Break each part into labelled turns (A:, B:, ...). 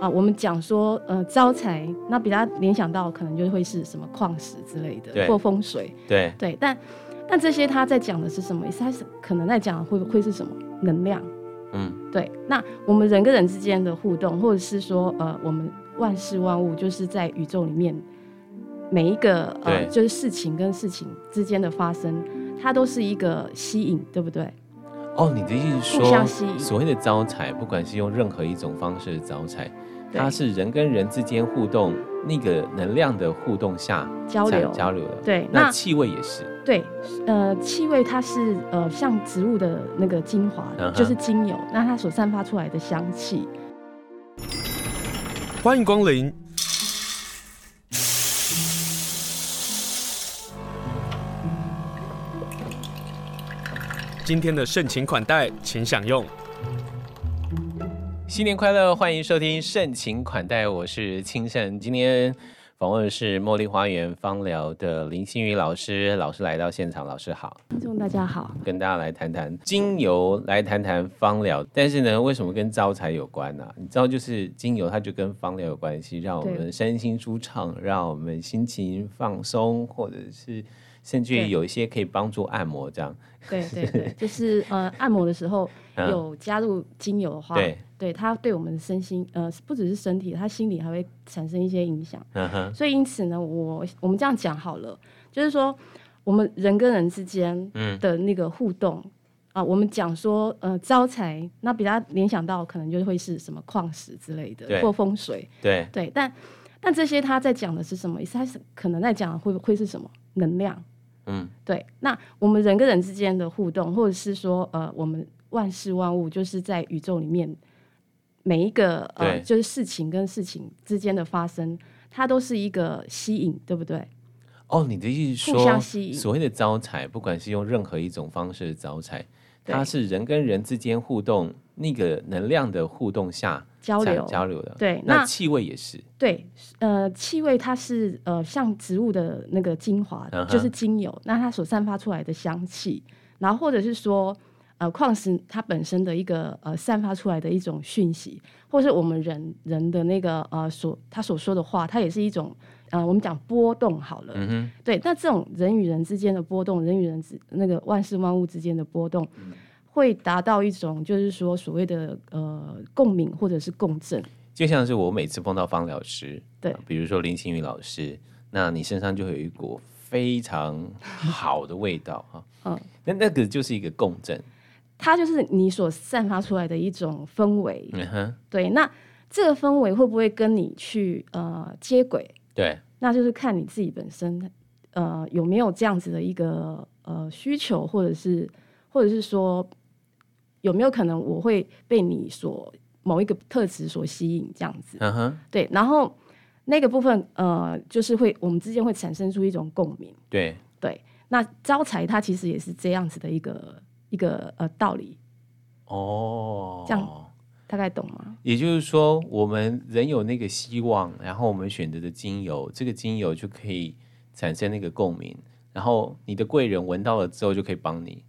A: 啊，我们讲说呃招财，那比较联想到可能就会是什么矿石之类
B: 对
A: 的，或风水，
B: 对，
A: 对，但但这些他在讲的是什么意思？他是可能在讲会会是什么能量？
B: 嗯，
A: 对，那我们人跟人之间的互动，或者是说呃，我们万事万物就是在宇宙里面每一个呃，
B: 对
A: 就是事情跟事情之间的发生，它都是一个吸引，对不对？
B: 哦，你的意思是
A: 互相吸
B: 说，
A: 引
B: 所谓的招财，不管是用任何一种方式的招财，
A: 对
B: 它是人跟人之间互动那个能量的互动下
A: 交
B: 才
A: 流，
B: 交流的。
A: 对，
B: 那
A: 那
B: 气味也是，
A: 对，呃，气味它是呃像植物的那个精华
B: 嗯哼
A: 就是精油，那它所散发出来的香气，
C: 欢迎光临。今天的盛情款待，请享用。
B: 新年快乐！欢迎收听盛情款待，我是清盛。今天访问的是茉莉花园芳疗的林心宇老师，老师来到现场，老师好。
A: 听众大家好。
B: 跟大家来谈谈精油，来谈谈芳疗。但是呢，为什么跟招财有关呢、你知道，就是精油它就跟芳疗有关系，让我们
A: 对
B: 身心舒畅，让我们心情放松，或者是甚至于
A: 对
B: 有一些可以帮助按摩这样。
A: 对对对， 就是呃，按摩的时候
B: 嗯
A: 有加入精油的话，
B: 对，
A: 它对我们的身心呃，不只是身体，它心理还会产生一些影响。
B: 嗯哼，
A: 所以因此呢，我我们这样讲好了，就是说我们人跟人之间
B: 嗯
A: 的那个互动。啊，我们讲说，呃，招财，那比较联想到可能就会是什么矿石之类
B: 对
A: 的，或风水，
B: 对，
A: 对。但但这些他在讲的是什么意思？他是可能在讲的会会是什么能量？
B: 嗯，
A: 对，那我们人跟人之间的互动，或者是说，呃，我们万事万物就是在宇宙里面每一个呃，
B: 对
A: 就是事情跟事情之间的发生，它都是一个吸引，对不对？
B: 哦，你的意思
A: 互
B: 说
A: 相吸，引
B: 所谓的招财，不管是用任何一种方式的招财，
A: 对
B: 它是人跟人之间互动那个能量的互动下
A: 交
B: 才
A: 流，
B: 交流的。
A: 对
B: 那
A: 那
B: 气味也是，
A: 对，呃，气味它是呃像植物的那个精华
B: 嗯哼
A: 就是精油，那它所散发出来的香气，然后或者是说。呃，矿石它本身的一个呃散发出来的一种讯息，或是我们人人的那个呃所他所说的话，它也是一种呃我们讲波动好了，
B: 嗯哼，
A: 对。那这种人与人之间的波动，人与人之那个万事万物之间的波动，
B: 嗯
A: 会达到一种就是说所谓的呃共鸣或者是共振，
B: 就像是我每次碰到芳疗师，
A: 对
B: 啊比如说林清宇老师，那你身上就会有一股非常好的味道哈。
A: 嗯。
B: 那那个就是一个共振，
A: 它就是你所散发出来的一种氛围。
B: 嗯哼，
A: 对，那这个氛围会不会跟你去呃接轨？
B: 对，
A: 那就是看你自己本身呃有没有这样子的一个呃需求，或者是或者是说有没有可能我会被你所某一个特质所吸引这样子。
B: 嗯哼，
A: 对，然后那个部分呃就是会我们之间会产生出一种共鸣。
B: 对，
A: 对，那招财它其实也是这样子的一个一个呃道理，
B: 哦，
A: 这样大概懂吗？
B: 也就是说，我们人有那个希望，然后我们选择的精油，这个精油就可以产生那个共鸣，然后你的贵人闻到了之后就可以帮你，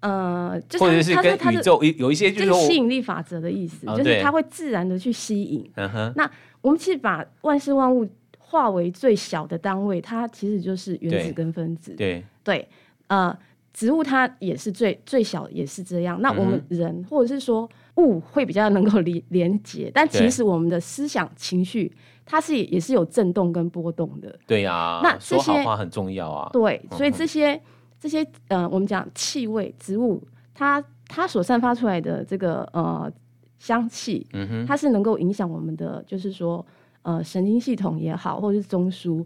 A: 呃，就是
B: 或者是
A: 它
B: 跟
A: 它
B: 宇
A: 的
B: 宙有有一些就
A: 就是是
B: 说我
A: 吸引力法则的意思，
B: 哦
A: 就
B: 对
A: 是它会自然的去吸引。
B: 嗯哼，
A: 我们其实把万事万物化为最小的单位，它其实就是原
B: 对
A: 子跟分子。
B: 对，
A: 对，呃，植物它也是最最小也是这样。那我
B: 嗯
A: 们人、或者是说物会比较能够连连接，但
B: 对
A: 其实我们的思想情绪它是也是有震动跟波动的。
B: 对呀、啊，
A: 那这
B: 说好
A: 些
B: 话很重要啊，
A: 对，
B: 嗯
A: 所以这些这些呃，我们讲气味，植物它它所散发出来的这个呃香气，
B: 嗯哼，
A: 它是能够影响我们的，就是说呃神经系统也好，或者是中枢。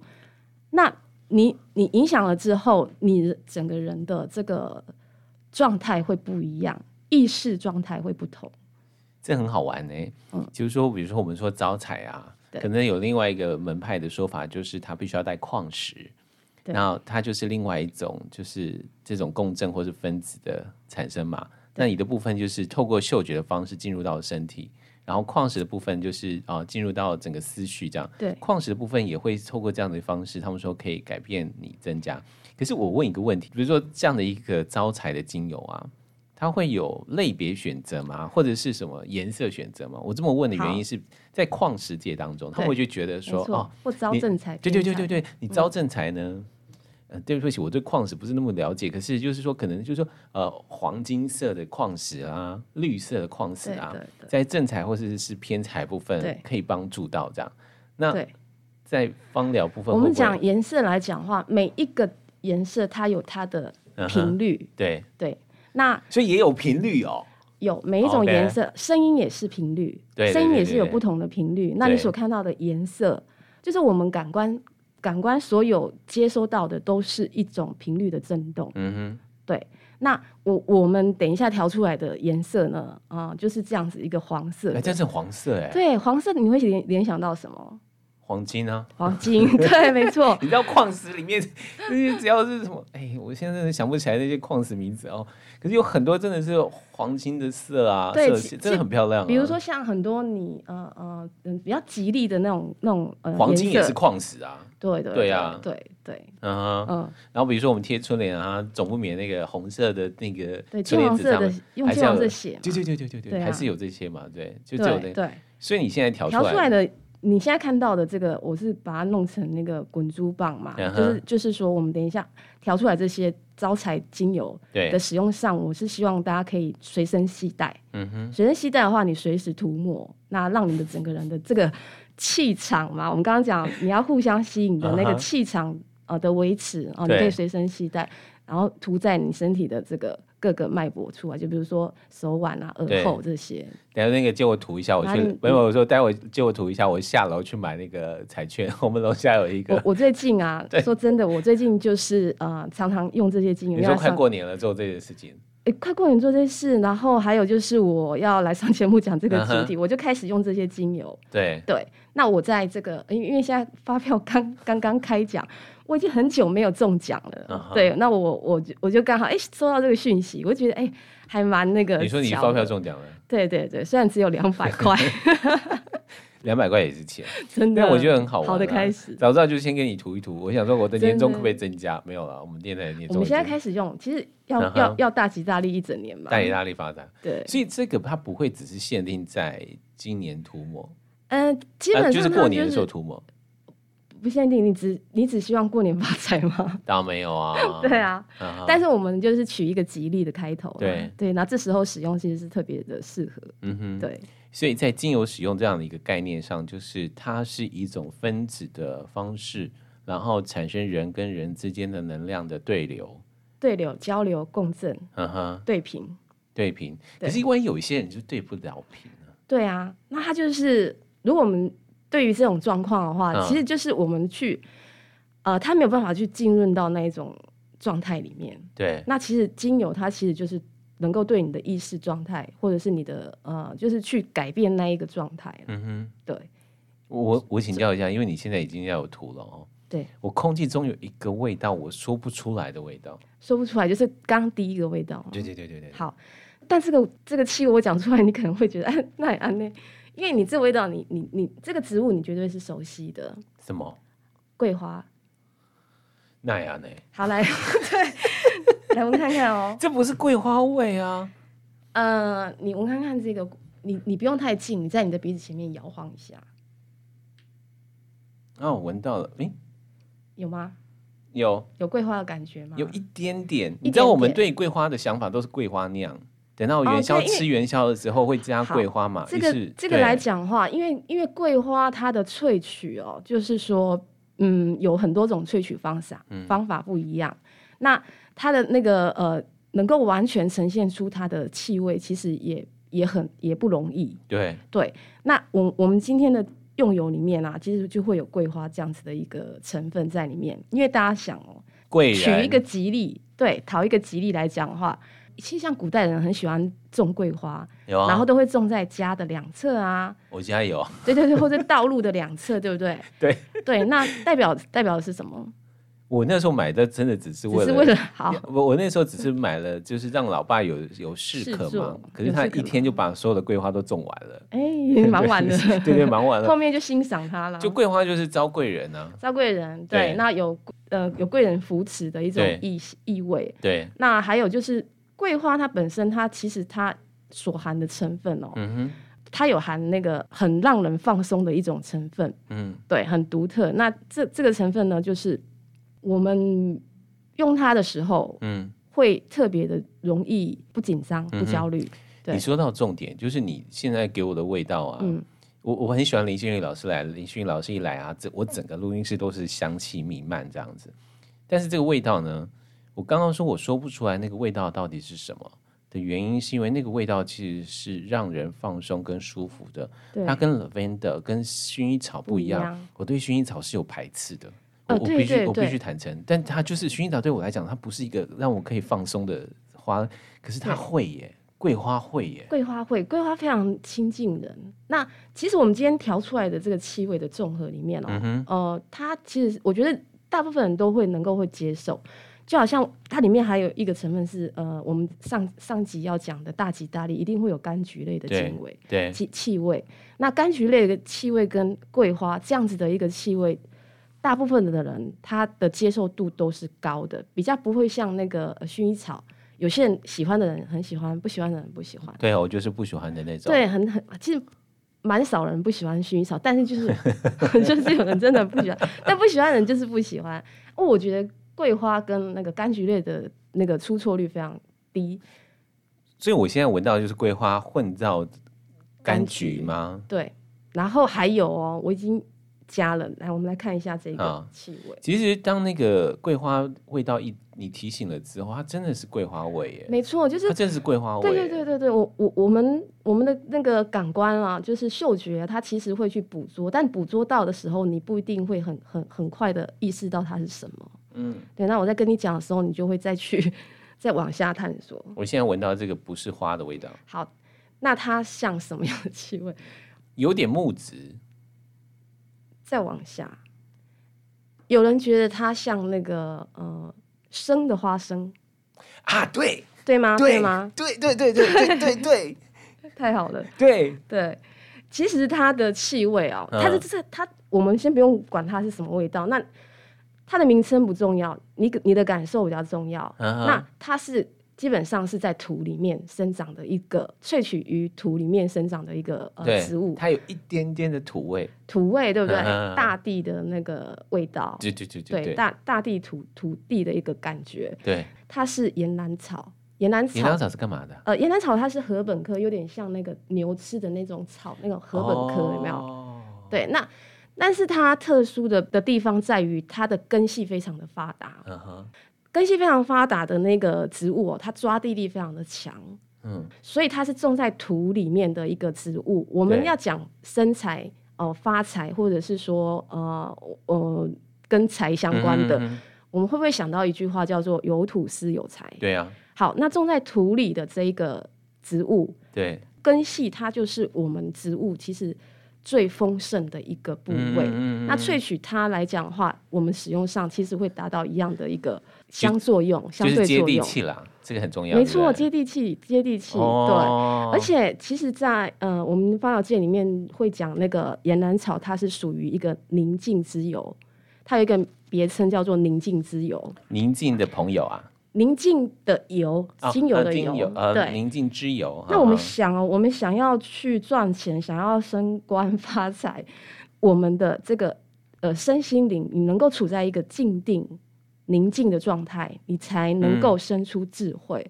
A: 那你你影响了之后，你整个人的这个状态会不一样，意识状态会不同。
B: 这很好玩呢、欸
A: 嗯
B: 就是说，比如说我们说招财啊，
A: 对
B: 可能有另外一个门派的说法，就是它必须要带矿石，
A: 对
B: 然后它就是另外一种，就是这种共振或是分子的产生嘛。那你的部分就是透过嗅觉的方式进入到身体，然后矿石的部分就是啊、呃进入到整个思绪这样。
A: 对
B: 矿石的部分也会透过这样的方式，他们说可以改变你增加。可是我问一个问题，比如说这样的一个招财的精油啊，它会有类别选择吗？或者是什么颜色选择吗？我这么问的原因是在矿石界当中，他们
A: 对
B: 会就觉得
A: 没
B: 说，
A: 错
B: 哦，，
A: 或招
B: 你
A: 正财，
B: 对对对
A: 偏
B: 对
A: 财，
B: 对，你招正财呢？呃，对不起，我对矿石不是那么了解，可是就是说，可能就是说，呃，黄金色的矿石啊，绿色的矿石
A: 对
B: 啊，
A: 对对
B: 在正财或者是是偏财部分
A: 对
B: 可以帮助到这样。那
A: 对。
B: 在芳疗部分
A: 我
B: 会不会，
A: 们讲颜色来讲话，每一个颜色它有它的
B: 嗯哼
A: 频率，
B: 对，
A: 对，那
B: 所以也有频率哦。
A: 有每一种
B: OK
A: 颜色，声音也是频率
B: 对对，
A: 声音
B: 对
A: 也
B: 对
A: 是有
B: 对
A: 不同的频率。那你
B: 对
A: 所看到的颜色，就是我们感官感官所有接收到的都是一种频率的震动。
B: 嗯
A: 对，那我我们等一下调出来的颜色呢，啊、就是这样子一个黄色
B: 哼，
A: 的。
B: 哎，这是黄色哎，
A: 对，黄色你会联联想到什么？
B: 黄金啊。
A: 黄金， 对，没错，
B: 你知道矿石里面那些只要是什么，哎，我现在真的想不起来那些矿石名字哦。可是有很多真的是黄金的色啊，
A: 对
B: 色
A: 其
B: 系真的很漂亮、啊。
A: 比如说像很多你呃呃嗯比较吉利的那种那种呃
B: 黄金也
A: 颜色
B: 是矿石啊，
A: 对对
B: 对啊
A: 对对
B: 嗯哼、
A: 嗯
B: 然后比如说我们贴春联啊，总不免那个红色的那个
A: 对
B: 春
A: 金
B: 联
A: 黄
B: 纸
A: 色
B: 上
A: 的
B: 面
A: 用
B: 还是
A: 金
B: 要
A: 黄色
B: 有
A: 写
B: 对对对对对对，
A: 对啊
B: 还是有这些嘛，对，就只有
A: 对
B: 那。
A: 对
B: 所以你现在调
A: 调出来
B: 的，
A: 的。你现在看到的这个，我是把它弄成那个滚珠棒嘛，
B: 嗯
A: 就
B: 哼
A: 是就是说，我们等一下调出来这些招财精油的
B: 对，
A: 使用上，我是希望大家可以随身携带。
B: 嗯哼，
A: 随身携带的话，你随时涂抹，那让你的整个人的这个气场嘛，我们刚刚讲你要互相吸引的那
B: 啊
A: 个
B: 哈
A: 气场呃的维持啊、你
B: 对
A: 可以随身携带，然后涂在你身体的这个各个脉搏处啊，就比如说手腕啊、
B: 对
A: 耳后这些。
B: 等下那个借我涂一下，我去
A: 哪里，
B: 没有，我说待会借我涂一下，我下楼去买那个彩券， 我们楼下有一
A: 我
B: 个。
A: 我最近啊
B: 对，
A: 说真的，我最近就是呃，常常用这些精油。
B: 你
A: 要
B: 说快
A: 上
B: 过年了做这件事情，
A: 诶快过年做这些事，然后还有就是我要来上节目讲
B: 嗯
A: 这个主题我就开始用这些精油。
B: 对，
A: 对，那我在这个，因为因为现在发票刚刚刚开奖，我已经很久没有中奖了。
B: 嗯哼
A: 对，那我我就我就刚好哎、收到这个讯息，我就觉得哎、还蛮那个。
B: 你说你发票？中奖了，
A: 对对对，虽然只有两 百块，
B: 两百块也是钱，
A: 真的。
B: 但我觉得很好玩、啊。
A: 好的开始
B: 早知道就先给你涂一涂。我想说我的年终
A: 真的
B: 可不可以增加？没有了，我们电台的年
A: 我
B: 终
A: 们现在
B: 已经
A: 开始用，其实要、
B: 嗯哼
A: 要要大吉大利一整年嘛。
B: 大力大力发展，
A: 对，
B: 所以这个它不会只是限定在今年涂抹，
A: 嗯、基本上、
B: 呃、
A: 就
B: 就是是过年的时候涂抹，
A: 不限定，你只你只希望过年发财吗？
B: 当然没有啊。
A: 对啊，
B: 嗯哼，
A: 但是我们就是取一个吉利的开头啦，
B: 对
A: 对，那这时候使用其实是特别的适合，
B: 嗯哼，
A: 对
B: 所以在精油使用这样的一个概念上，就是它是一种分子的方式，然后产生人跟人之间的能量的对流，
A: 对流交流共振
B: 嗯哼，
A: 对平，
B: 对平。可
A: 对
B: 是万一有一些人就对不了平呢？
A: 对啊，那它就是如果我们对于这种状况的话，
B: 嗯
A: 其实就是我们去呃，他没有办法去进入到那一种状态里面，
B: 对，
A: 那其实精油它其实就是能够对你的意识状态或者是你的呃，就是去改变那一个状态啦，
B: 嗯哼。
A: 对
B: 我我请教一下，因为你现在已经要有图了哦。
A: 对。
B: 我空气中有一个味道，我说不出来的味道。
A: 说不出来，就是刚刚第一个味道嘛。
B: 对对对对对。
A: 好，但这个这个气我讲出来，你可能会觉得，哎，那也安内，因为你这味道你，你你这个植物，你绝对是熟悉的，
B: 什么？啊
A: 桂花。
B: 那样呢？
A: 好，来， 对，来闻看看哦。
B: 这不是桂花味啊！
A: 呃，你闻看看这个，你你不用太近，你在你的鼻子前面摇晃一下，
B: 啊，我闻到了，诶，
A: 有吗？
B: 有
A: 有桂花的感觉吗？
B: 有一点点。
A: 嗯一
B: 你知道
A: 点
B: 我们
A: 点
B: 对桂花的想法都是桂花酿。等到
A: 哦
B: 元宵
A: 对因为
B: 吃元宵的时候会加
A: 好
B: 桂花嘛？
A: 这
B: 啊于
A: 个
B: 是
A: 这个来
B: 对
A: 讲话，因为因为桂花它的萃取哦，就是说，嗯，有很多种萃取方式、啊，
B: 嗯
A: 方法不一样。那它的那个呃，能够完全呈现出它的气味，其实也也很也不容易。
B: 对，
A: 对，那我我们今天的用油里面啊，其实就会有桂花这样子的一个成分在里面，因为大家想哦，
B: 桂
A: 取
B: 人
A: 一个吉利，对，讨一个吉利来讲的话，其实像古代人很喜欢种桂花，
B: 有啊，
A: 然后都会种在家的两侧啊，
B: 我家有啊，
A: 对对对，或者道路的两侧，对不对？
B: 对
A: 对，那代表代表的是什么？
B: 我那时候买的真的只是
A: 只
B: 为
A: 是
B: 了
A: 为了哦好，
B: 我我那时候只是买了，就是让老爸有有事
A: 试
B: 可忙
A: 做，
B: 可是
A: 有
B: 他
A: 事可
B: 一天就把所有的桂花都种完 了，
A: 哎，蛮晚的，
B: 对对，忙完
A: 后
B: 了。
A: 面就欣赏它了。
B: 就桂花就是招贵人啊，
A: 赵贵人，
B: 对
A: 对，那有呃有贵人扶持的一种
B: 对
A: 意意味。
B: 对
A: 那还有就是桂花它本身它其实它所含的成分哦，
B: 嗯哼，
A: 它有含那个很让人放松的一种成分，
B: 嗯
A: 对，很独特。那这这个成分呢，就是我们用它的时候
B: 嗯。
A: 会特别的容易不紧张、
B: 嗯
A: 不
B: 哼
A: 焦虑。对
B: 你说到重点，就是你现在给我的味道啊，
A: 嗯
B: 我我很喜欢林心如老师来，林心如老师一来啊，这我整个录音室都是香气弥漫这样子。但是这个味道呢，我刚刚说我说不出来那个味道到底是什么的原因，是因为那个味道其实是让人放松跟舒服的，
A: 对，
B: 它跟 lavender 跟薰衣草不一样。
A: 不一样
B: 我对薰衣草是有排斥的。我
A: 呃
B: 我
A: 对
B: 必须
A: 对
B: 我必
A: 对
B: 须坦诚，但它就是薰衣草对我来讲，它不是一个让我可以放松的花，可是它
A: 对
B: 会耶，桂花会耶，
A: 桂花会，桂花非常亲近人。那其实我们今天调出来的这个气味的综合里面
B: 嗯
A: 哦，呃，它其实我觉得大部分人都会能够会接受，就好像它里面还有一个成分是呃，我们上上集要讲的大吉大利一定会有柑橘类的
B: 对
A: 精味
B: 对，
A: 气气味。那柑橘类的气味跟桂花这样子的一个气味。大部分的人他的接受度都是高的，比较不会像那个呃薰衣草，有些人喜欢的人很喜欢，不喜欢的人不喜欢。
B: 对，我就是不喜欢的那种。
A: 对，很很，其实蛮少人不喜欢薰衣草，但是就是 就是有人真的不喜欢，但不喜欢的人就是不喜欢。哦，我觉得桂花跟那个柑橘类的那个出错率非常低，
B: 所以我现在闻到的就是桂花混到柑橘吗？
A: 对。然后还有哦，我已经加了，来我们来看一下这个
B: 啊
A: 气味，
B: 其实当那个桂花味道一你提醒了之后，它真的是桂花味耶，
A: 没错，就是
B: 它真的是桂花味
A: 对
B: 耶。
A: 对对对对，我我我们我们的那个感官啊，就是嗅觉，它其实会去捕捉，但捕捉到的时候，你不一定会很很很快的意识到它是什么。
B: 嗯，
A: 对。那我在跟你讲的时候，你就会再去 再往下探索。
B: 我现在闻到这个不是花的味道，
A: 好，那它像什么样的气味？
B: 有点木质，
A: 再往下，有人觉得它像那个呃生的花生，
B: 啊，对
A: 对吗？
B: 对
A: 吗？
B: 对对对对对对对
A: 太好了。
B: 对，
A: 对，其实它的气味啊、
B: 嗯
A: 它的这它，我们先不用管它是什么味道，那它的名称不重要，你你的感受比较重要。
B: 嗯哼
A: 那它是基本上是在土里面生长的一个萃取于土里面生长的一个呃
B: 对
A: 植物，
B: 它有一点点的土味，
A: 土味对不对？
B: 嗯嗯嗯
A: 大地的那个味道，
B: 对对对对对
A: 哦大大地土土地的一个感觉。
B: 对。
A: 它是岩兰草，岩兰
B: 你那
A: 草。
B: 草是干嘛的？
A: 呃，岩兰草它是禾本科，有点像那个牛吃的那种草，那种禾本科、有没
B: 哦
A: 有？
B: 有？
A: 对，那但是它特殊的的地方在于它的根系非常的发达，
B: 嗯哼，
A: 根系非常发达的那个植物哦，它抓地力非常的强，
B: 嗯，
A: 所以它是种在土里面的一个植物。我们
B: 对
A: 要讲生财哦、发财，或者是说呃呃跟财相关的，
B: 嗯嗯嗯
A: 我们会不会想到一句话叫做“有土司有财
B: 嗯”？对啊，
A: 好，那种在土里的这一个植物，
B: 对，
A: 根系它就是我们植物其实最丰盛的一个部位。
B: 嗯
A: 那萃取它来讲的话，我们使用上其实会达到一样的一个相作用、相
B: 就是
A: 对
B: 接
A: 作
B: 地
A: 用。
B: 气啦，这个很重要。
A: 没
B: 对不
A: 错，
B: 对
A: 接地气，接地气，
B: 哦
A: 对。而且其实在，呃我们芳疗界里面会讲那个岩兰草，它是属于一个宁静之油，它有一个别称叫做宁静之油，
B: 宁静的朋友啊，
A: 宁静的油
B: 啊，
A: 精油
B: 呃
A: 哦的
B: 精油，呃，
A: 对。
B: 宁静之油。啊
A: 那我们
B: 哈哈
A: 想哦，我们想要去赚钱，想要升官发财，我们的这个呃身心灵，你能够处在一个静定、宁静的状态，你才
B: 嗯
A: 能够生出智慧。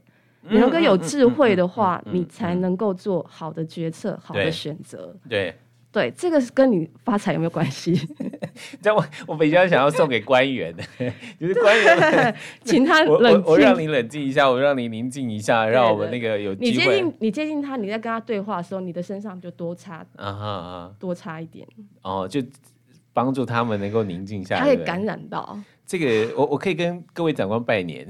A: 你能够有智慧的话，
B: 嗯嗯嗯嗯嗯嗯
A: 你才能够做好的决策、好的
B: 对
A: 选择。
B: 对，
A: 对，这个是跟你发财有没有关系？
B: 但我 我比较想要送给官员， 就是官员，
A: 请 他
B: 我我
A: 冷
B: 我让
A: 静。
B: 你冷静一下，我让你宁静一下，让我们那个有
A: 你
B: 机
A: 接
B: 会
A: 近你接近他，你在跟他对话的时候，你的身上就多差
B: 啊哈啊
A: 多差一点，
B: 哦，就帮助他们能够宁静下来。
A: 他会
B: 对不对
A: 感染到。
B: 这个，我我可以跟各位长官 拜年。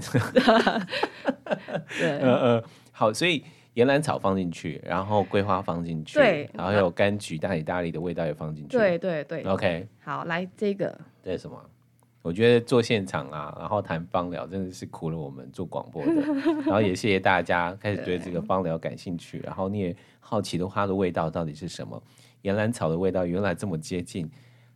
A: 对，
B: 呃呃，好，所以岩兰草放进去，然后桂花放进去，
A: 对
B: 然后有柑橘、大理大理的味道也放进去。
A: 对对对，
B: ，OK，
A: 好，来这个，
B: 这是什么？我觉得做现场啊，然后谈芳疗，真的是苦了我们做广播的。然后也谢谢大家开始对这个芳疗感兴趣，然后你也好奇的花的味道到底是什么？岩兰草的味道原来这么接近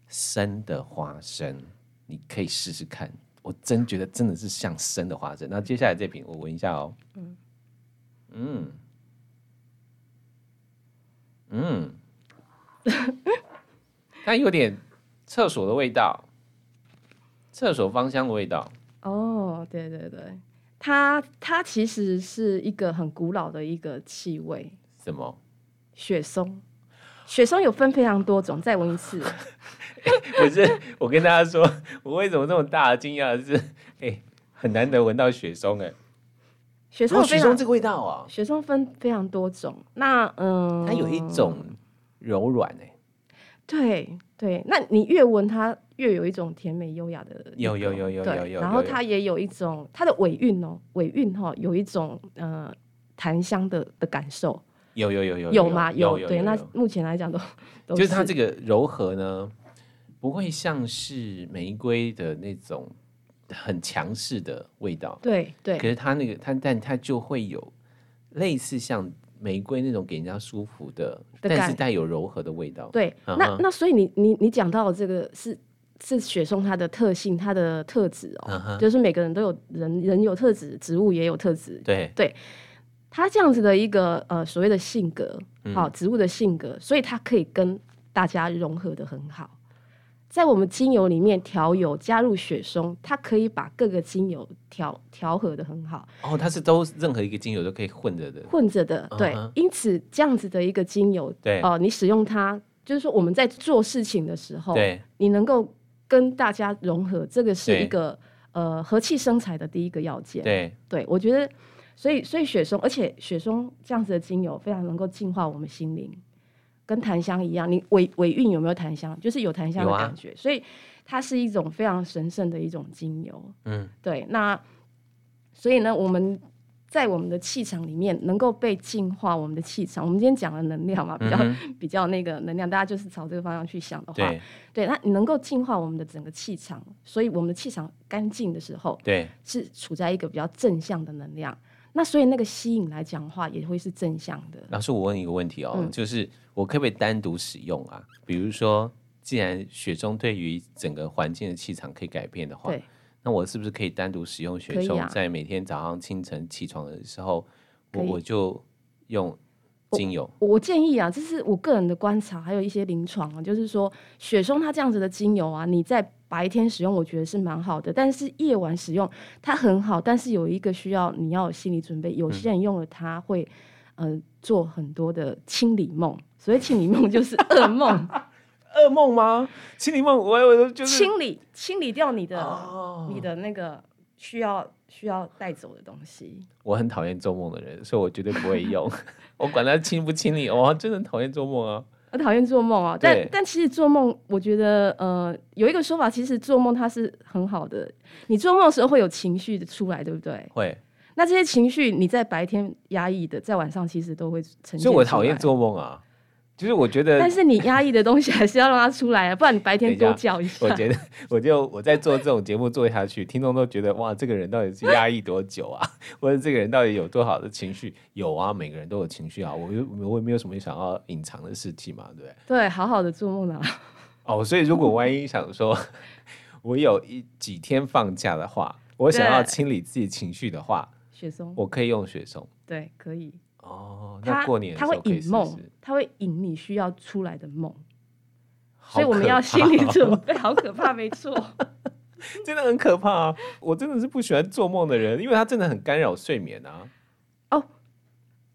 B: 生的花生，你可以试试看。我真觉得真的是像生的花生。那接下来这瓶我闻一下哦，嗯，嗯，它有点厕所的味道，厕所芳香的味道。
A: 哦，对对对，它它其实是一个很古老的一个气味，
B: 什么？
A: 雪松。雪松有分非常多种，再闻一次。
B: 我是我跟大家说， 我为什么这么大的惊讶的是， 哎、很难得闻到雪松哎、
A: 雪松
B: 哦
A: 有非
B: 雪
A: 常
B: 松这个味道啊，
A: 雪松分非常多种。那嗯，
B: 它有一种柔软哎、
A: 对对，那你越闻它，越有一种甜美优雅的一
B: 有
A: 个，
B: 有有有
A: 对
B: 有有
A: 然
B: 有
A: 后
B: 有
A: 它也有一种它的尾韵哦，尾韵哈、有一种呃檀香的的感受，
B: 有有有有
A: 有吗？
B: 有
A: 对，那
B: 有
A: 目前来讲都都
B: 就是它这个柔和呢，不会像是玫瑰的那种很强势的味道，
A: 对对
B: 可是它那个它但它就会有类似像玫瑰那种给人家舒服的，
A: 的
B: 但是
A: 感
B: 带有柔和的味道。
A: 对，
B: 嗯
A: 那
B: 哼
A: 那所以你你你讲到的这个是是雪松它的特性，它的特质哦，
B: 嗯哼
A: 就是每个人都有人人有特质，植物也有特质。
B: 对，
A: 它这样子的一个呃所谓的性格，
B: 嗯
A: 好、植物的性格，所以它可以跟大家融合的很好。在我们精油里面调油加入雪松，它可以把各个精油调调和的很好，
B: 哦，它是都任何一个精油都可以混着的。
A: 混着的。对
B: 嗯哼
A: 因此这样子的一个精油，
B: 对
A: 哦、你使用它，就是说我们在做事情的时候，
B: 对，
A: 你能够跟大家融合，这个是
B: 对
A: 一个呃和气生财的第一个要件。
B: 对，
A: 对我觉得，所以所以雪松，而且雪松这样子的精油非常能够净化我们心灵，跟檀香一样。你尾尾韵有没有檀香？就是有檀香的
B: 有啊
A: 感觉，所以它是一种非常神圣的一种精油。
B: 嗯，
A: 对，那所以呢，我们在我们的气场里面能够被净化我们的气场。我们今天讲了能量嘛，比较、
B: 嗯
A: 比较那个能量，大家就是朝这个方向去想的话，
B: 对
A: 对，那你能够净化我们的整个气场，所以我们的气场干净的时候，
B: 对，
A: 是处在一个比较正向的能量。那所以那个吸引来讲话也会是正向的。
B: 老师，我问一个问题哦，
A: 嗯
B: 就是我可不可以单独使用啊？比如说，既然雪中对于整个环境的气场可以改变的话，
A: 对，
B: 那我是不是可以单独使用雪
A: 可以
B: 中，
A: 啊
B: 在每天早上清晨起床的时候，我
A: 可以
B: 我就用精油？
A: 我我建议啊，这是我个人的观察，还有一些临床啊，就是说雪松它这样子的精油啊，你在白天使用我觉得是蛮好的，但是夜晚使用它很好，但是有一个需要你要有心理准备，有些人用了它会，呃，做很多的清理梦。所谓清理梦就是噩梦，
B: 噩梦吗？心灵梦，我我 就是
A: 清啊理清理掉你的、
B: 哦
A: 你的那个需要需要带走的东西。
B: 我很讨厌做梦的人，所以我绝对不会 用。我管他清不清理，哦我真的很讨厌做梦啊。
A: 我讨厌做梦啊，但
B: 对
A: 但其实做梦，我觉得呃有一个说法，其实做梦它是很好的。你做梦的时候会有情绪的出来，对不对？
B: 会，
A: 那这些情绪你在白天压抑的，在晚上其实都会呈现。
B: 所以我讨厌，做梦啊。就是我觉得，
A: 但是你压抑的东西还是要让它出来啊，不然你白天
B: 等
A: 多
B: 一下
A: 叫一下
B: 我。觉得，我就我在做这种节目做下去，听众都觉得哇，这个人到底是压抑多久啊？ 或者这个人到底有多少的情绪？有啊，每个人都有情绪啊。我又我也没有什么想要隐藏的事情嘛，对不对？
A: 对，好好的做梦啊，
B: 哦，所以如果万一想说， 我有一几天放假的话，我想要
A: 对
B: 清理自己情绪的话，
A: 雪松，
B: 我可以用雪松。
A: 对，可以。
B: 哦，那
A: 它
B: 过年的
A: 它
B: 时
A: 会
B: 候可以
A: 引
B: 试
A: 梦
B: 试，
A: 它会引你需要出来的梦，
B: 好
A: 所以我们
B: 可
A: 要
B: 怕
A: 心理
B: 哦
A: 准备，好可怕，没错。
B: 真的很可怕啊！我真的是不喜欢做梦的人，因为它真的很干扰睡眠啊。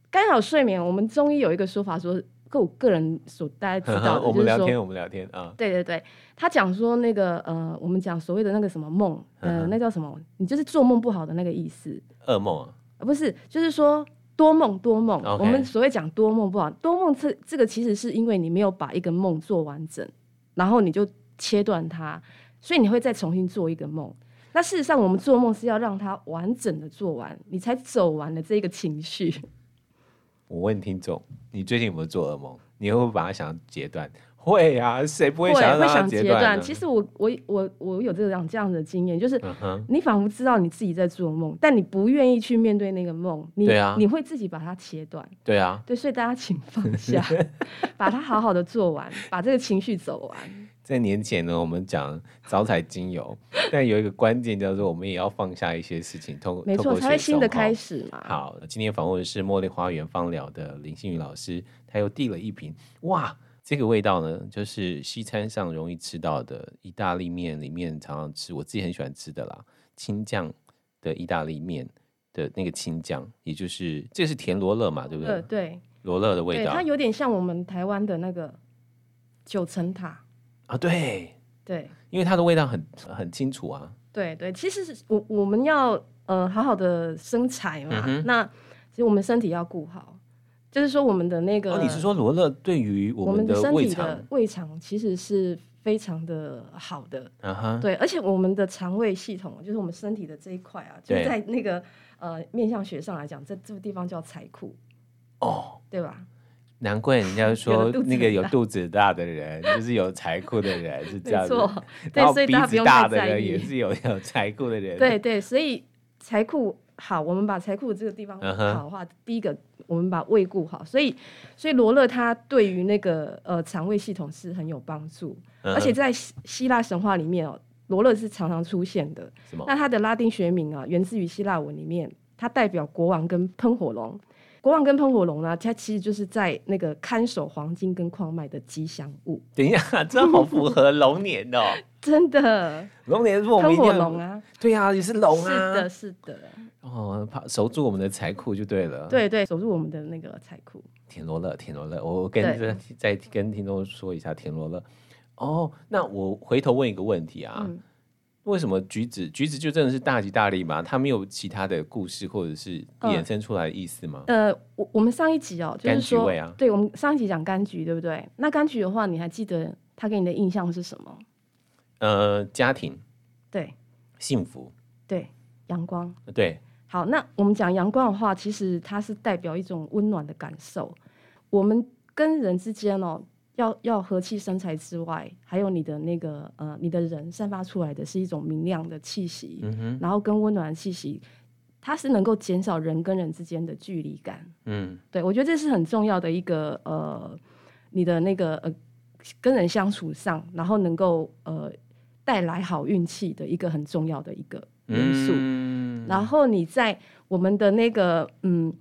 A: 干扰睡眠，我们中医有一个说法说，跟我个人所 大家知道的，
B: 嗯 我们聊
A: 就是
B: 天，
A: 说，
B: 我们聊天啊，
A: 对对对，他讲说那个呃，我们讲所谓的那个什么梦，
B: 嗯
A: 呃，
B: 哼
A: 那叫什么？你就是做梦不好的那个意思，
B: 噩梦啊，
A: 呃不是，就是说。多梦，多梦。
B: OK
A: 我们所谓讲多梦不好，多梦这这个其实是因为你没有把一个梦做完整，然后你就切断它，所以你会再重新做一个梦。那事实上，我们做梦是要让它完整的做完，你才走完了这个情绪。
B: 我问听众，你最近有没有做噩梦？你会不会把它想要截断？会啊，谁不会想要
A: 会
B: 让它
A: 想
B: 截
A: 截
B: 断呢？
A: 其实我我我我有这样这样的经验，就是
B: 嗯哼，
A: 你仿佛知道你自己在做梦，但你不愿意去面对那个梦，你
B: 对啊
A: 你会自己把它切断。
B: 对啊，
A: 对，所以大家请 放下，把它好好的做完，把这个情绪走完。
B: 在年前呢，我们讲早彩精油，但有一个关键叫做，我们也要放下一些事情，透
A: 没
B: 透
A: 错，
B: 过
A: 才会
B: 水
A: 新的
B: 中
A: 开
B: 哦
A: 始嘛。
B: 好，今天访问的是茉莉花园芳疗的林心宇老师，他又递了一瓶，哇，这个味道呢，就是西餐上容易吃到的意大利面里面常常吃，我自己很喜欢吃的啦，青酱的意大利面的那个青酱，也就是这是田螺乐嘛，对不
A: 呃，
B: 对？
A: 对，
B: 罗勒的味
A: 对，
B: 道
A: 它有点像我们台湾的那个九层塔，
B: 啊，对，
A: 对，
B: 因为它的味道很很清楚啊，
A: 对对，其实是我我们要呃好好的生财嘛，
B: 嗯哼
A: 那其实我们身体要顾好，就是说我们的那个，
B: 哦，你是说罗勒对于我
A: 我们
B: 们的
A: 身
B: 胃
A: 体
B: 肠
A: 的，胃肠其实是非常的好的，
B: 啊哈，
A: 对，而且我们的肠胃系统，就是我们身体的这一块啊，就
B: 对
A: 是在那个呃面相学上来讲，这这个地方叫财库，
B: 哦。
A: 对吧？
B: 难怪人家说
A: 有的肚子
B: 那个
A: 很
B: 有
A: 大
B: 肚子大的人，就是有财库的人是
A: 没
B: 这样子。
A: 错，
B: 然
A: 对，
B: 后
A: 所以
B: 鼻
A: 大家不
B: 子
A: 用
B: 大
A: 太
B: 的
A: 在
B: 人也
A: 意。
B: 是有有财库的人。
A: 对，对，所以财库好，我们把财库这个地方
B: 嗯
A: 好
B: 哼
A: 的话第一个我们把胃顾好，所以所以罗勒它对于那个呃肠胃系统是很有帮助，
B: 嗯哼
A: 而且在希希腊神话里面哦，罗勒是常常出现的。
B: 什么
A: 那它的拉丁学名啊，源自于希腊文里面，它代表国王跟喷火龙。国王跟喷火龙呢、它其实就是在那个看守黄金跟矿脉的吉祥物，
B: 等一下，这好符合龙年哦。
A: 真的，
B: 龙年是我们
A: 喷
B: 一定
A: 火
B: 要
A: 龙，啊，
B: 对呀、也是龙
A: 是
B: 啊。
A: 的，是的，
B: 哦，怕守住我们的财库就对了。，
A: 对对，守住我们的那个财库。
B: 田螺乐，田螺乐，我我跟
A: 对
B: 再再跟听众说一下田螺乐。哦，那我回头问一个问题啊，
A: 嗯
B: 为什么橘子橘子就真的是大吉大利吗？它没有其他的故事或者是
A: 嗯
B: 衍生出来的意思吗？
A: 呃，我我们上一集哦，就是
B: 柑橘
A: 说
B: 味，啊
A: 对我们上一集讲柑橘，对不对？那柑橘的话，你还记得它给你的印象是什么？
B: 呃，家庭
A: 对
B: 幸福，
A: 对，阳光。
B: 对，
A: 好，那我们讲阳光的话，其实它是代表一种温暖的感受。我们跟人之间哦，要要和气生财之外，还有你的那个呃，你的人散发出来的是一种明亮的气息，
B: 嗯哼，
A: 然后跟温暖的气息，它是能够减少人跟人之间的距离感。
B: 嗯
A: 对，我觉得这是很重要的一个呃，你的那个呃，跟人相处上，然后能够呃带来好运气的一个很重要的一个元素。
B: 嗯
A: 然后你在我们的那个嗯，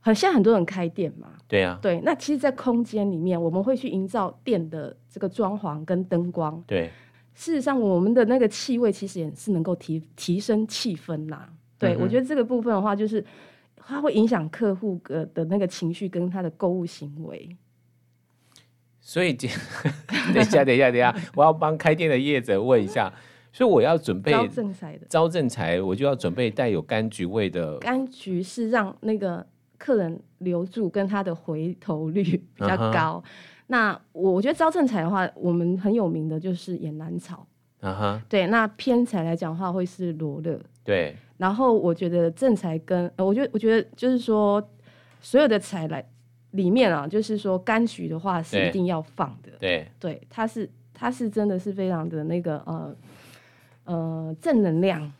A: 很现在很多人开店嘛，
B: 对啊，
A: 对，那其实，在空间里面，我们会去营造店的这个装潢跟灯光。
B: 对，
A: 事实上，我们的那个气味其实也是能够提提升气氛啦。对、
B: 嗯哼
A: 我觉得这个部分的话，就是它会影响客户的的那个情绪跟他的购物行为。
B: 所以今 等一下，等一下，等 一下，我要帮开店的业者问一下，所以我要准备
A: 招正财的
B: 招正财，我就要准备带有柑橘味的，
A: 柑橘是让那个客人留住，跟他的回头率比较
B: 嗯哼
A: 高。那我我觉得招正财的话，我们很有名的就是野兰草，
B: 啊哈，
A: 对。那偏财来讲的话，会是罗勒。
B: 对，
A: 然后我觉得正财跟、呃、我觉得我觉得就是说所有的财来里面啊，就是说柑橘的话是
B: 对
A: 一定要放的，
B: 对，
A: 对，它是它是真的是非常的那个呃呃正能量，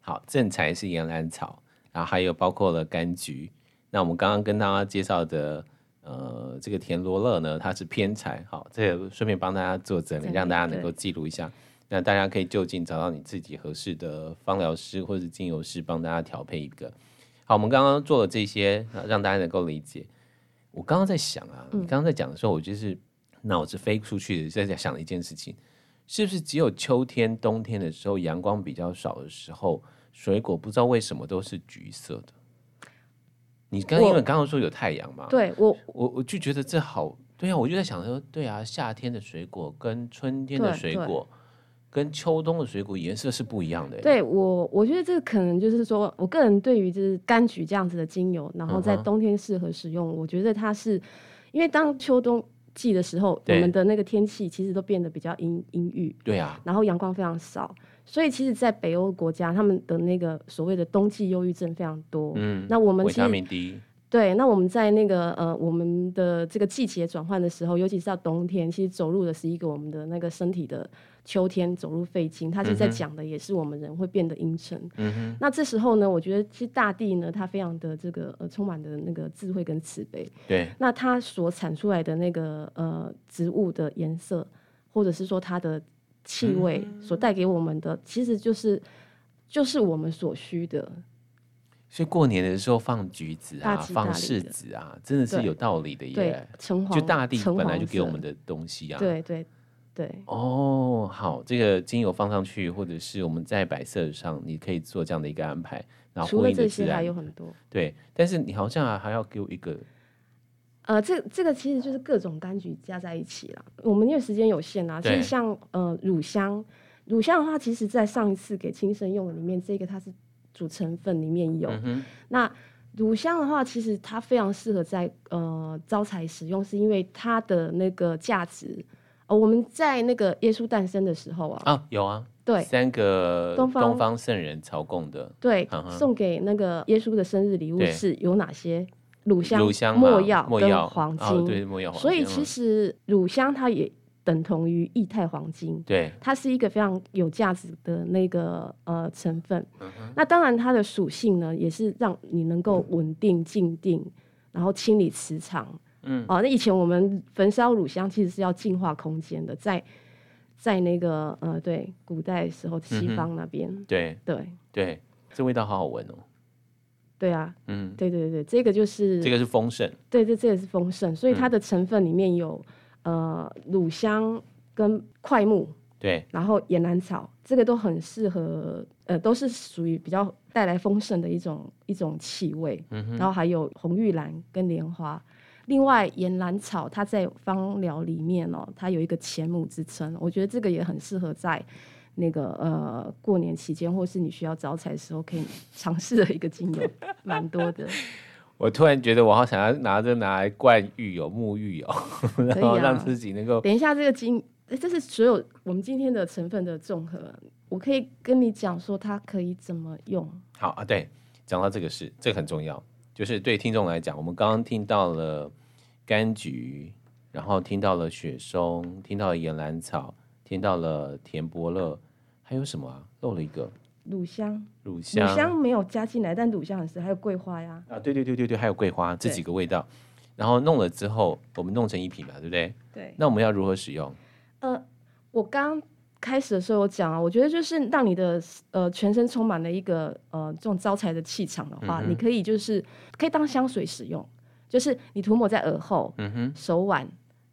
B: 好，正财是岩兰草，然后还有包括了柑橘。那我们刚刚跟大家介绍的，呃，这个田螺乐呢，它是偏财。好，这个顺便帮大家做整理，
A: 整理
B: 让大家能够
A: 对
B: 记录一下。那大家可以就近找到你自己合适的芳疗师或者精油师，帮大家调配一个。好，我们刚刚做了这些，啊让大家能够理解。我刚刚在想啊，你刚刚在讲的时候，我就是脑子飞出去，在想一件事情，是不是只有秋天、冬天的时候，阳光比较少的时候，水果不知道为什么都是橘色的？你刚
A: 我
B: 因为刚刚说有太阳嘛，，
A: 对我
B: 我我就觉得这好，对啊，我就在想说，对啊，夏天的水果跟春天的
A: 对
B: 水
A: 对
B: 果跟秋冬的水果颜色是不一样的欸，
A: 对我我觉得这可能就是说我个人对于就是柑橘这样子的精油，然后在
B: 嗯哼
A: 冬天适合使用，我觉得它是因为当秋冬季的时候，我
B: 对
A: 们的那个天气其实都变得比较阴阴郁，
B: 对啊，
A: 然后阳光非常少，所以其实，在北欧国家，他们的那个所谓的冬季忧郁症非常多。
B: 嗯，
A: 那我们
B: 维
A: 其
B: 他
A: 实
B: 命 D，
A: 对，那我们在那个呃我们的这个季节转换的时候，尤其是到冬天，其实走入的是一个我们的那个身体的秋天走入肺经，它其实在
B: 嗯哼
A: 讲的也是我们人会变得阴沉。
B: 嗯哼，
A: 那这时候呢，我觉得其实大地呢，它非常的这个呃充满的那个智慧跟慈悲，
B: 对，
A: 那它所产出来的那个呃植物的颜色，或者是说它的气
B: 嗯
A: 味所带给我们的，其实就是就是我们所需的。
B: 所以过年的时候放橘子啊，
A: 大吉大利的
B: 放柿子啊，真的是
A: 对
B: 有道理的
A: 对
B: 耶。，
A: 橙黄
B: 就大地
A: 橙
B: 本来
A: 黄
B: 就给我
A: 色
B: 们的东西啊。。
A: 对对对，
B: 哦，好，这个精油放上去，或者是我们在摆设上，你可以做这样的一个安排，然后
A: 除
B: 呼
A: 了
B: 应
A: 这
B: 的自
A: 些还
B: 然。
A: 有很多。
B: 对，但是你好像啊还要给我一个
A: 呃，这这个其实就是各种柑橘加在一起啦。我们因为时间有限啊，其
B: 对
A: 实像呃乳香，乳香的话，其实在上一次给亲生用的里面，这个它是主成分里面有。
B: 嗯哼，
A: 那乳香的话，其实它非常适合在呃招财使用，是因为它的那个价值。呃，我们在那个耶稣诞生的时候啊，
B: 啊，有啊，
A: 对
B: 三个
A: 东方
B: 东方圣人朝贡的
A: 对，
B: 嗯哼
A: 送给那个耶稣的生日礼物
B: 对
A: 是有哪些？乳香、
B: 乳香嘛、
A: 没药
B: 墨
A: 跟
B: 药、
A: 黄金。
B: 哦、对，墨药黄金，
A: 所以其
B: 嗯
A: 实乳香它也等同于液态黄金，
B: 对，
A: 它是一个非常有价值的那个呃成分。
B: 嗯
A: 那当然它的属性呢，也是让你能够稳定静定，然后清理磁场。
B: 嗯，
A: 哦，那以前我们焚烧乳香其实是要净化空间的，在在那个呃对古代的时候西方那
B: 嗯
A: 边，
B: 对
A: 对
B: 对，这味道好好闻哦，
A: 对啊，
B: 嗯，
A: 对对对，这个就是
B: 这个是丰盛，
A: 对对，这也是丰盛，所以它
B: 嗯
A: 的成分里面有、呃乳香跟快木，
B: 对，
A: 然后野兰草，这个都很适合，呃，都是属于比较带来丰盛的一种一种气味。然后还有红玉兰跟莲花。另外，岩兰草它在芳疗里面哦，它有一个前母之称，我觉得这个也很适合在那个呃过年期间，或是你需要招财的时候可以尝试的一个精油， 蛮多的。
B: 我突然觉得我好想要拿着拿来灌浴哦，沐浴哦， 然后
A: 可以啊
B: 让自己能够
A: 等一下，这个精，诶这是所有我们今天的成分的综合。我可以跟你讲说它可以怎么用，
B: 好啊，对，讲到这个事，这个很重要，就是对听众来讲，我们刚刚听到了柑橘，然后听到了雪松，听到了岩兰草，听到了甜伯乐，还有什么啊？漏了一个
A: 乳香，
B: 乳香
A: 乳香没有加进来，但乳香很适合，还有桂花呀。
B: 啊，对对对对对，还有桂花这
A: 对
B: 几个味道，然后弄了之后，我们弄成一瓶嘛，对不对？
A: 对，
B: 那我们要如何使用？
A: 呃，我刚开始的时候有讲啊，我觉得就是让你的呃全身充满了一个呃这种招财的气场的
B: 嗯
A: 话，你可以就是可以当香水使用，就是你涂抹在耳后、
B: 嗯哼，
A: 手腕，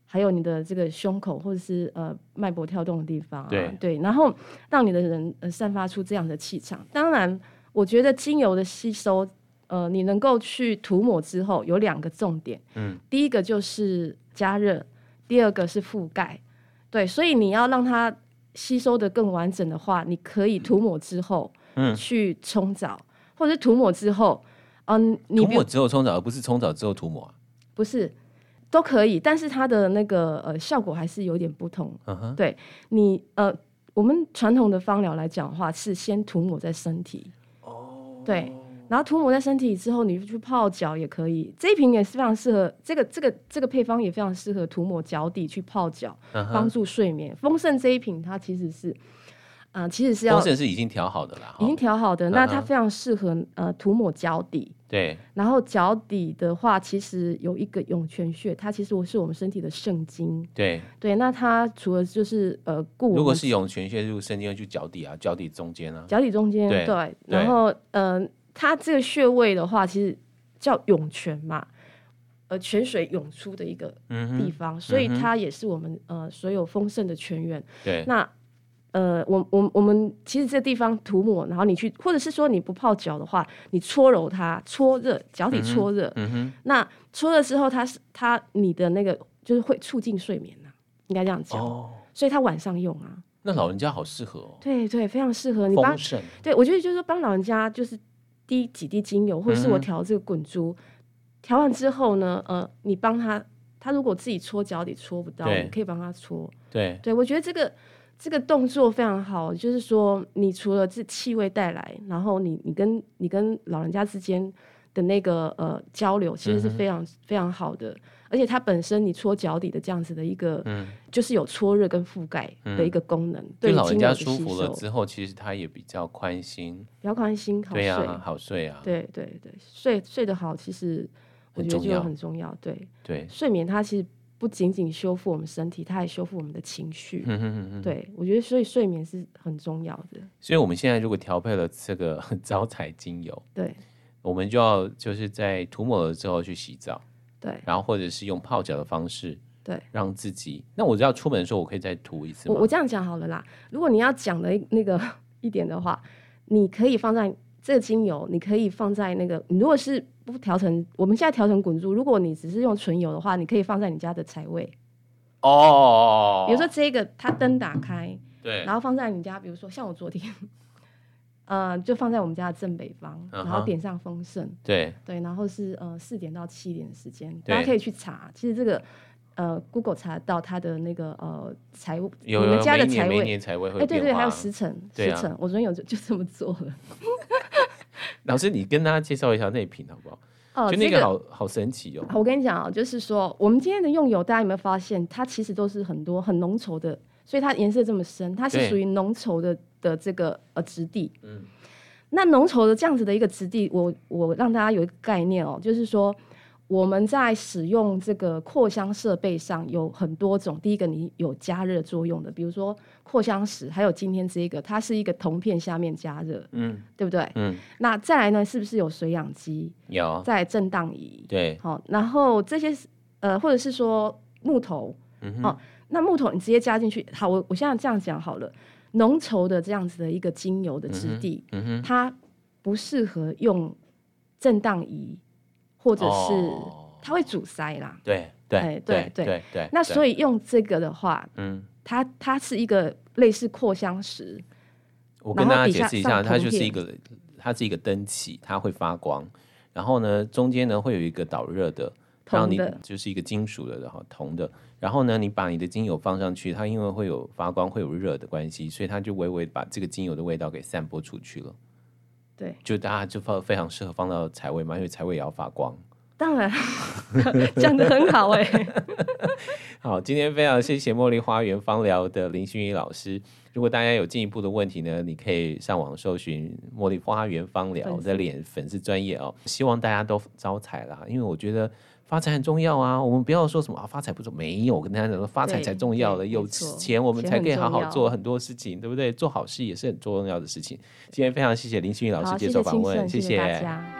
A: 还有你的这个胸口或者是呃脉搏跳动的地方、啊，
B: 对
A: 然后让你的人呃散发出这样的气场。当然，我觉得精油的吸收。呃，你能够去涂抹之后，有两个重点，
B: 嗯，
A: 第一个就是加热，第二个是覆盖，对，所以你要让它吸收的更完整的话，你可以涂抹之后，
B: 嗯
A: 去冲澡，或者是涂抹之后，嗯，你
B: 涂
A: 不
B: 抹之后冲澡，而不是冲澡之后涂抹啊、
A: 不是都可以，但是它的那个呃效果还是有点不同。
B: 嗯哼，
A: 对你呃，我们传统的芳疗来讲的话，是先涂抹在身体，哦，对，然后涂抹在身体之后，你去泡脚也可以。这一瓶也是非常适合，这个这个这个配方也非常适合涂抹脚底去泡脚，
B: 嗯
A: 帮
B: 哼，
A: 助睡眠。丰盛这一瓶它其实是，嗯、其实是要
B: 丰盛是已经调好的啦，
A: 已经
B: 哈
A: 调好的，那
B: 嗯
A: 它
B: 哼
A: 非常适合呃涂抹脚底。
B: 对，
A: 然后脚底的话，其实有一个涌泉穴，它其实是我们身体的肾经。
B: 对，
A: 对，那它除了就是呃固我们
B: 如果是涌泉穴入深经，就脚底啊，脚底中间啊，
A: 脚底中间，
B: 对
A: 对，然后呃，它这个穴位的话，其实叫涌泉嘛，呃，泉水涌出的一个
B: 嗯
A: 地
B: 哼，
A: 方，所以
B: 嗯哼
A: 它也是我们呃所有丰盛的泉源。
B: 对，
A: 那呃，我我我们其实这地方涂抹，然后你去，或者是说你不泡脚的话，你搓揉它，搓热脚底搓热，
B: 嗯哼，
A: 那搓了之后，它是它你的那个就是会促进睡眠呐、应该这样讲。
B: 哦，
A: 所以它晚上用啊，
B: 那老人家好适合哦，
A: 对对，非常适合你帮
B: 丰。盛，
A: 对我觉得就是说帮老人家就是滴几滴精油，或者是我
B: 嗯哼
A: 调这个滚珠，调、完之后呢，呃，你帮他，他如果自己搓脚底搓不到，
B: 对
A: 你可以帮他搓。
B: 对，
A: 对我觉得这个。这个动作非常好，就是说，你除了这气味带来，然后你你跟你跟老人家之间的那个呃交流，其实是
B: 嗯哼
A: 非常、非常好的。而且它本身你搓脚底的这样子的一个，
B: 嗯
A: 就是有搓热跟覆盖的一个功能，对
B: 对老人
A: 精
B: 家
A: 油的
B: 舒
A: 吸
B: 服
A: 收
B: 了，之后，其实他也比较宽心，
A: 比较宽心好睡。
B: 对啊，好睡啊，
A: 对对对，睡睡得好，其实我
B: 很
A: 觉得
B: 重
A: 就
B: 要
A: 很重要。对，
B: 对，
A: 睡眠它其实不仅仅修复我们身体，它还修复我们的情绪。
B: 嗯哼哼哼，
A: 对，我觉得所以睡眠是很重要的。
B: 所以我们现在如果调配了这个 招财精油，
A: 对
B: 我们就要就是在涂抹了之后去洗澡，
A: 对，
B: 然后或者是用泡脚的方式，
A: 对，
B: 让自己。那我只要出门的时候，我可以再涂一次吗
A: 我我这样讲好了啦。如果你要讲的那个 一点的话，你可以放在这个精油，你可以放在那个，你如果是不调成，我们现在调成滚珠，如果你只是用纯油的话，你可以放在你家的财位，
B: 哦，
A: 比如说这个它灯打开，
B: 对
A: 然，后放在你家，比如说像我昨天。 呃，就放在我们家的正北方，然
B: 嗯
A: 后
B: 哼
A: 点上丰盛，
B: 对，
A: 对，然后是呃四点到七点的时间，
B: 对
A: 大家可以去查。其实这个呃 Google 查得到它的那个呃财务，
B: 有
A: 你
B: 有
A: 们家
B: 每
A: 的
B: 一年
A: 财
B: 每一
A: 位，
B: 年才会会
A: 哎、
B: 有
A: 对
B: 变
A: 对，
B: 化
A: 还有
B: 啊
A: 时辰，
B: 对
A: 时
B: 啊
A: 辰，我昨天有就就这么做了。
B: 老师，你跟大家介绍一下那一瓶好不好？
A: 哦、
B: 就那
A: 这
B: 个好好神奇哦。
A: 好我跟你讲啊，就是说我们今天的用油，大家有没有发现，它其实都是很多很浓稠的，所以它颜色这么深，它是
B: 对
A: 属于浓稠的的这个呃质地。
B: 嗯
A: 那浓稠的这样子的一个质地，我我让大家有一个概念哦，就是说我们在使用这个扩香设备上有很多种。第一个，你有加热作用的，比如说扩香石，还有今天这个，它是一个铜片下面加热，
B: 嗯
A: 对不对？
B: 嗯，
A: 那再来呢，是不是有水氧机，
B: 有
A: 再来震荡仪？
B: 对，
A: 好、然后这些是呃，或者是说木头，
B: 嗯哼
A: 哦那木头你直接加进去。好，我我现在这样讲好了，浓稠的这样子的一个精油的质地，
B: 嗯哼，
A: 它不适合用震荡仪，或者是、
B: 哦
A: 它会阻塞啦。
B: 对
A: 哎
B: 对
A: 对
B: 对对对。
A: 那所
B: 以
A: 以用这个的话，
B: 嗯，
A: 它它是一个类似扩香石，
B: 我
A: 然
B: 跟
A: 后
B: 大家
A: 底
B: 解
A: 下
B: 释一
A: 上
B: 下，它
A: 铜
B: 就是一
A: 片
B: 个它是一个灯器，它会发光，然后呢中间呢会有一个导热的，让
A: 铜
B: 你
A: 的，
B: 就是一个金属的，然后铜的，然后呢，你把你的精油放上去，它因为会有发光，会有热的关系，所以它就微微把这个精油的味道给散播出去了。
A: 对，
B: 就大家就放非常适合放到财位嘛，因为财位也要发光。
A: 当然 讲的很好哎、
B: 好，今天非常谢谢茉莉花园芳疗的林心怡老师。如果大家有进一步的问题呢，你可以上网搜寻茉莉花园芳疗
A: 粉丝
B: 在脸粉丝专业哦。希望大家都招财啦，因为我觉得发财很重要啊。我们不要说什么啊发财不重没有，我跟大家讲说发财才
A: 对
B: 重要的，
A: 对
B: 有
A: 没错
B: 钱我们
A: 钱
B: 才
A: 很
B: 可以好
A: 重
B: 好
A: 要
B: 做很多事情，对不对？做好事也是很重要的事情。今天非常谢谢林心怡老师
A: 好，
B: 接
A: 谢
B: 受
A: 谢
B: 访
A: 庆
B: 问，
A: 盛，谢
B: 谢
A: 谢大家。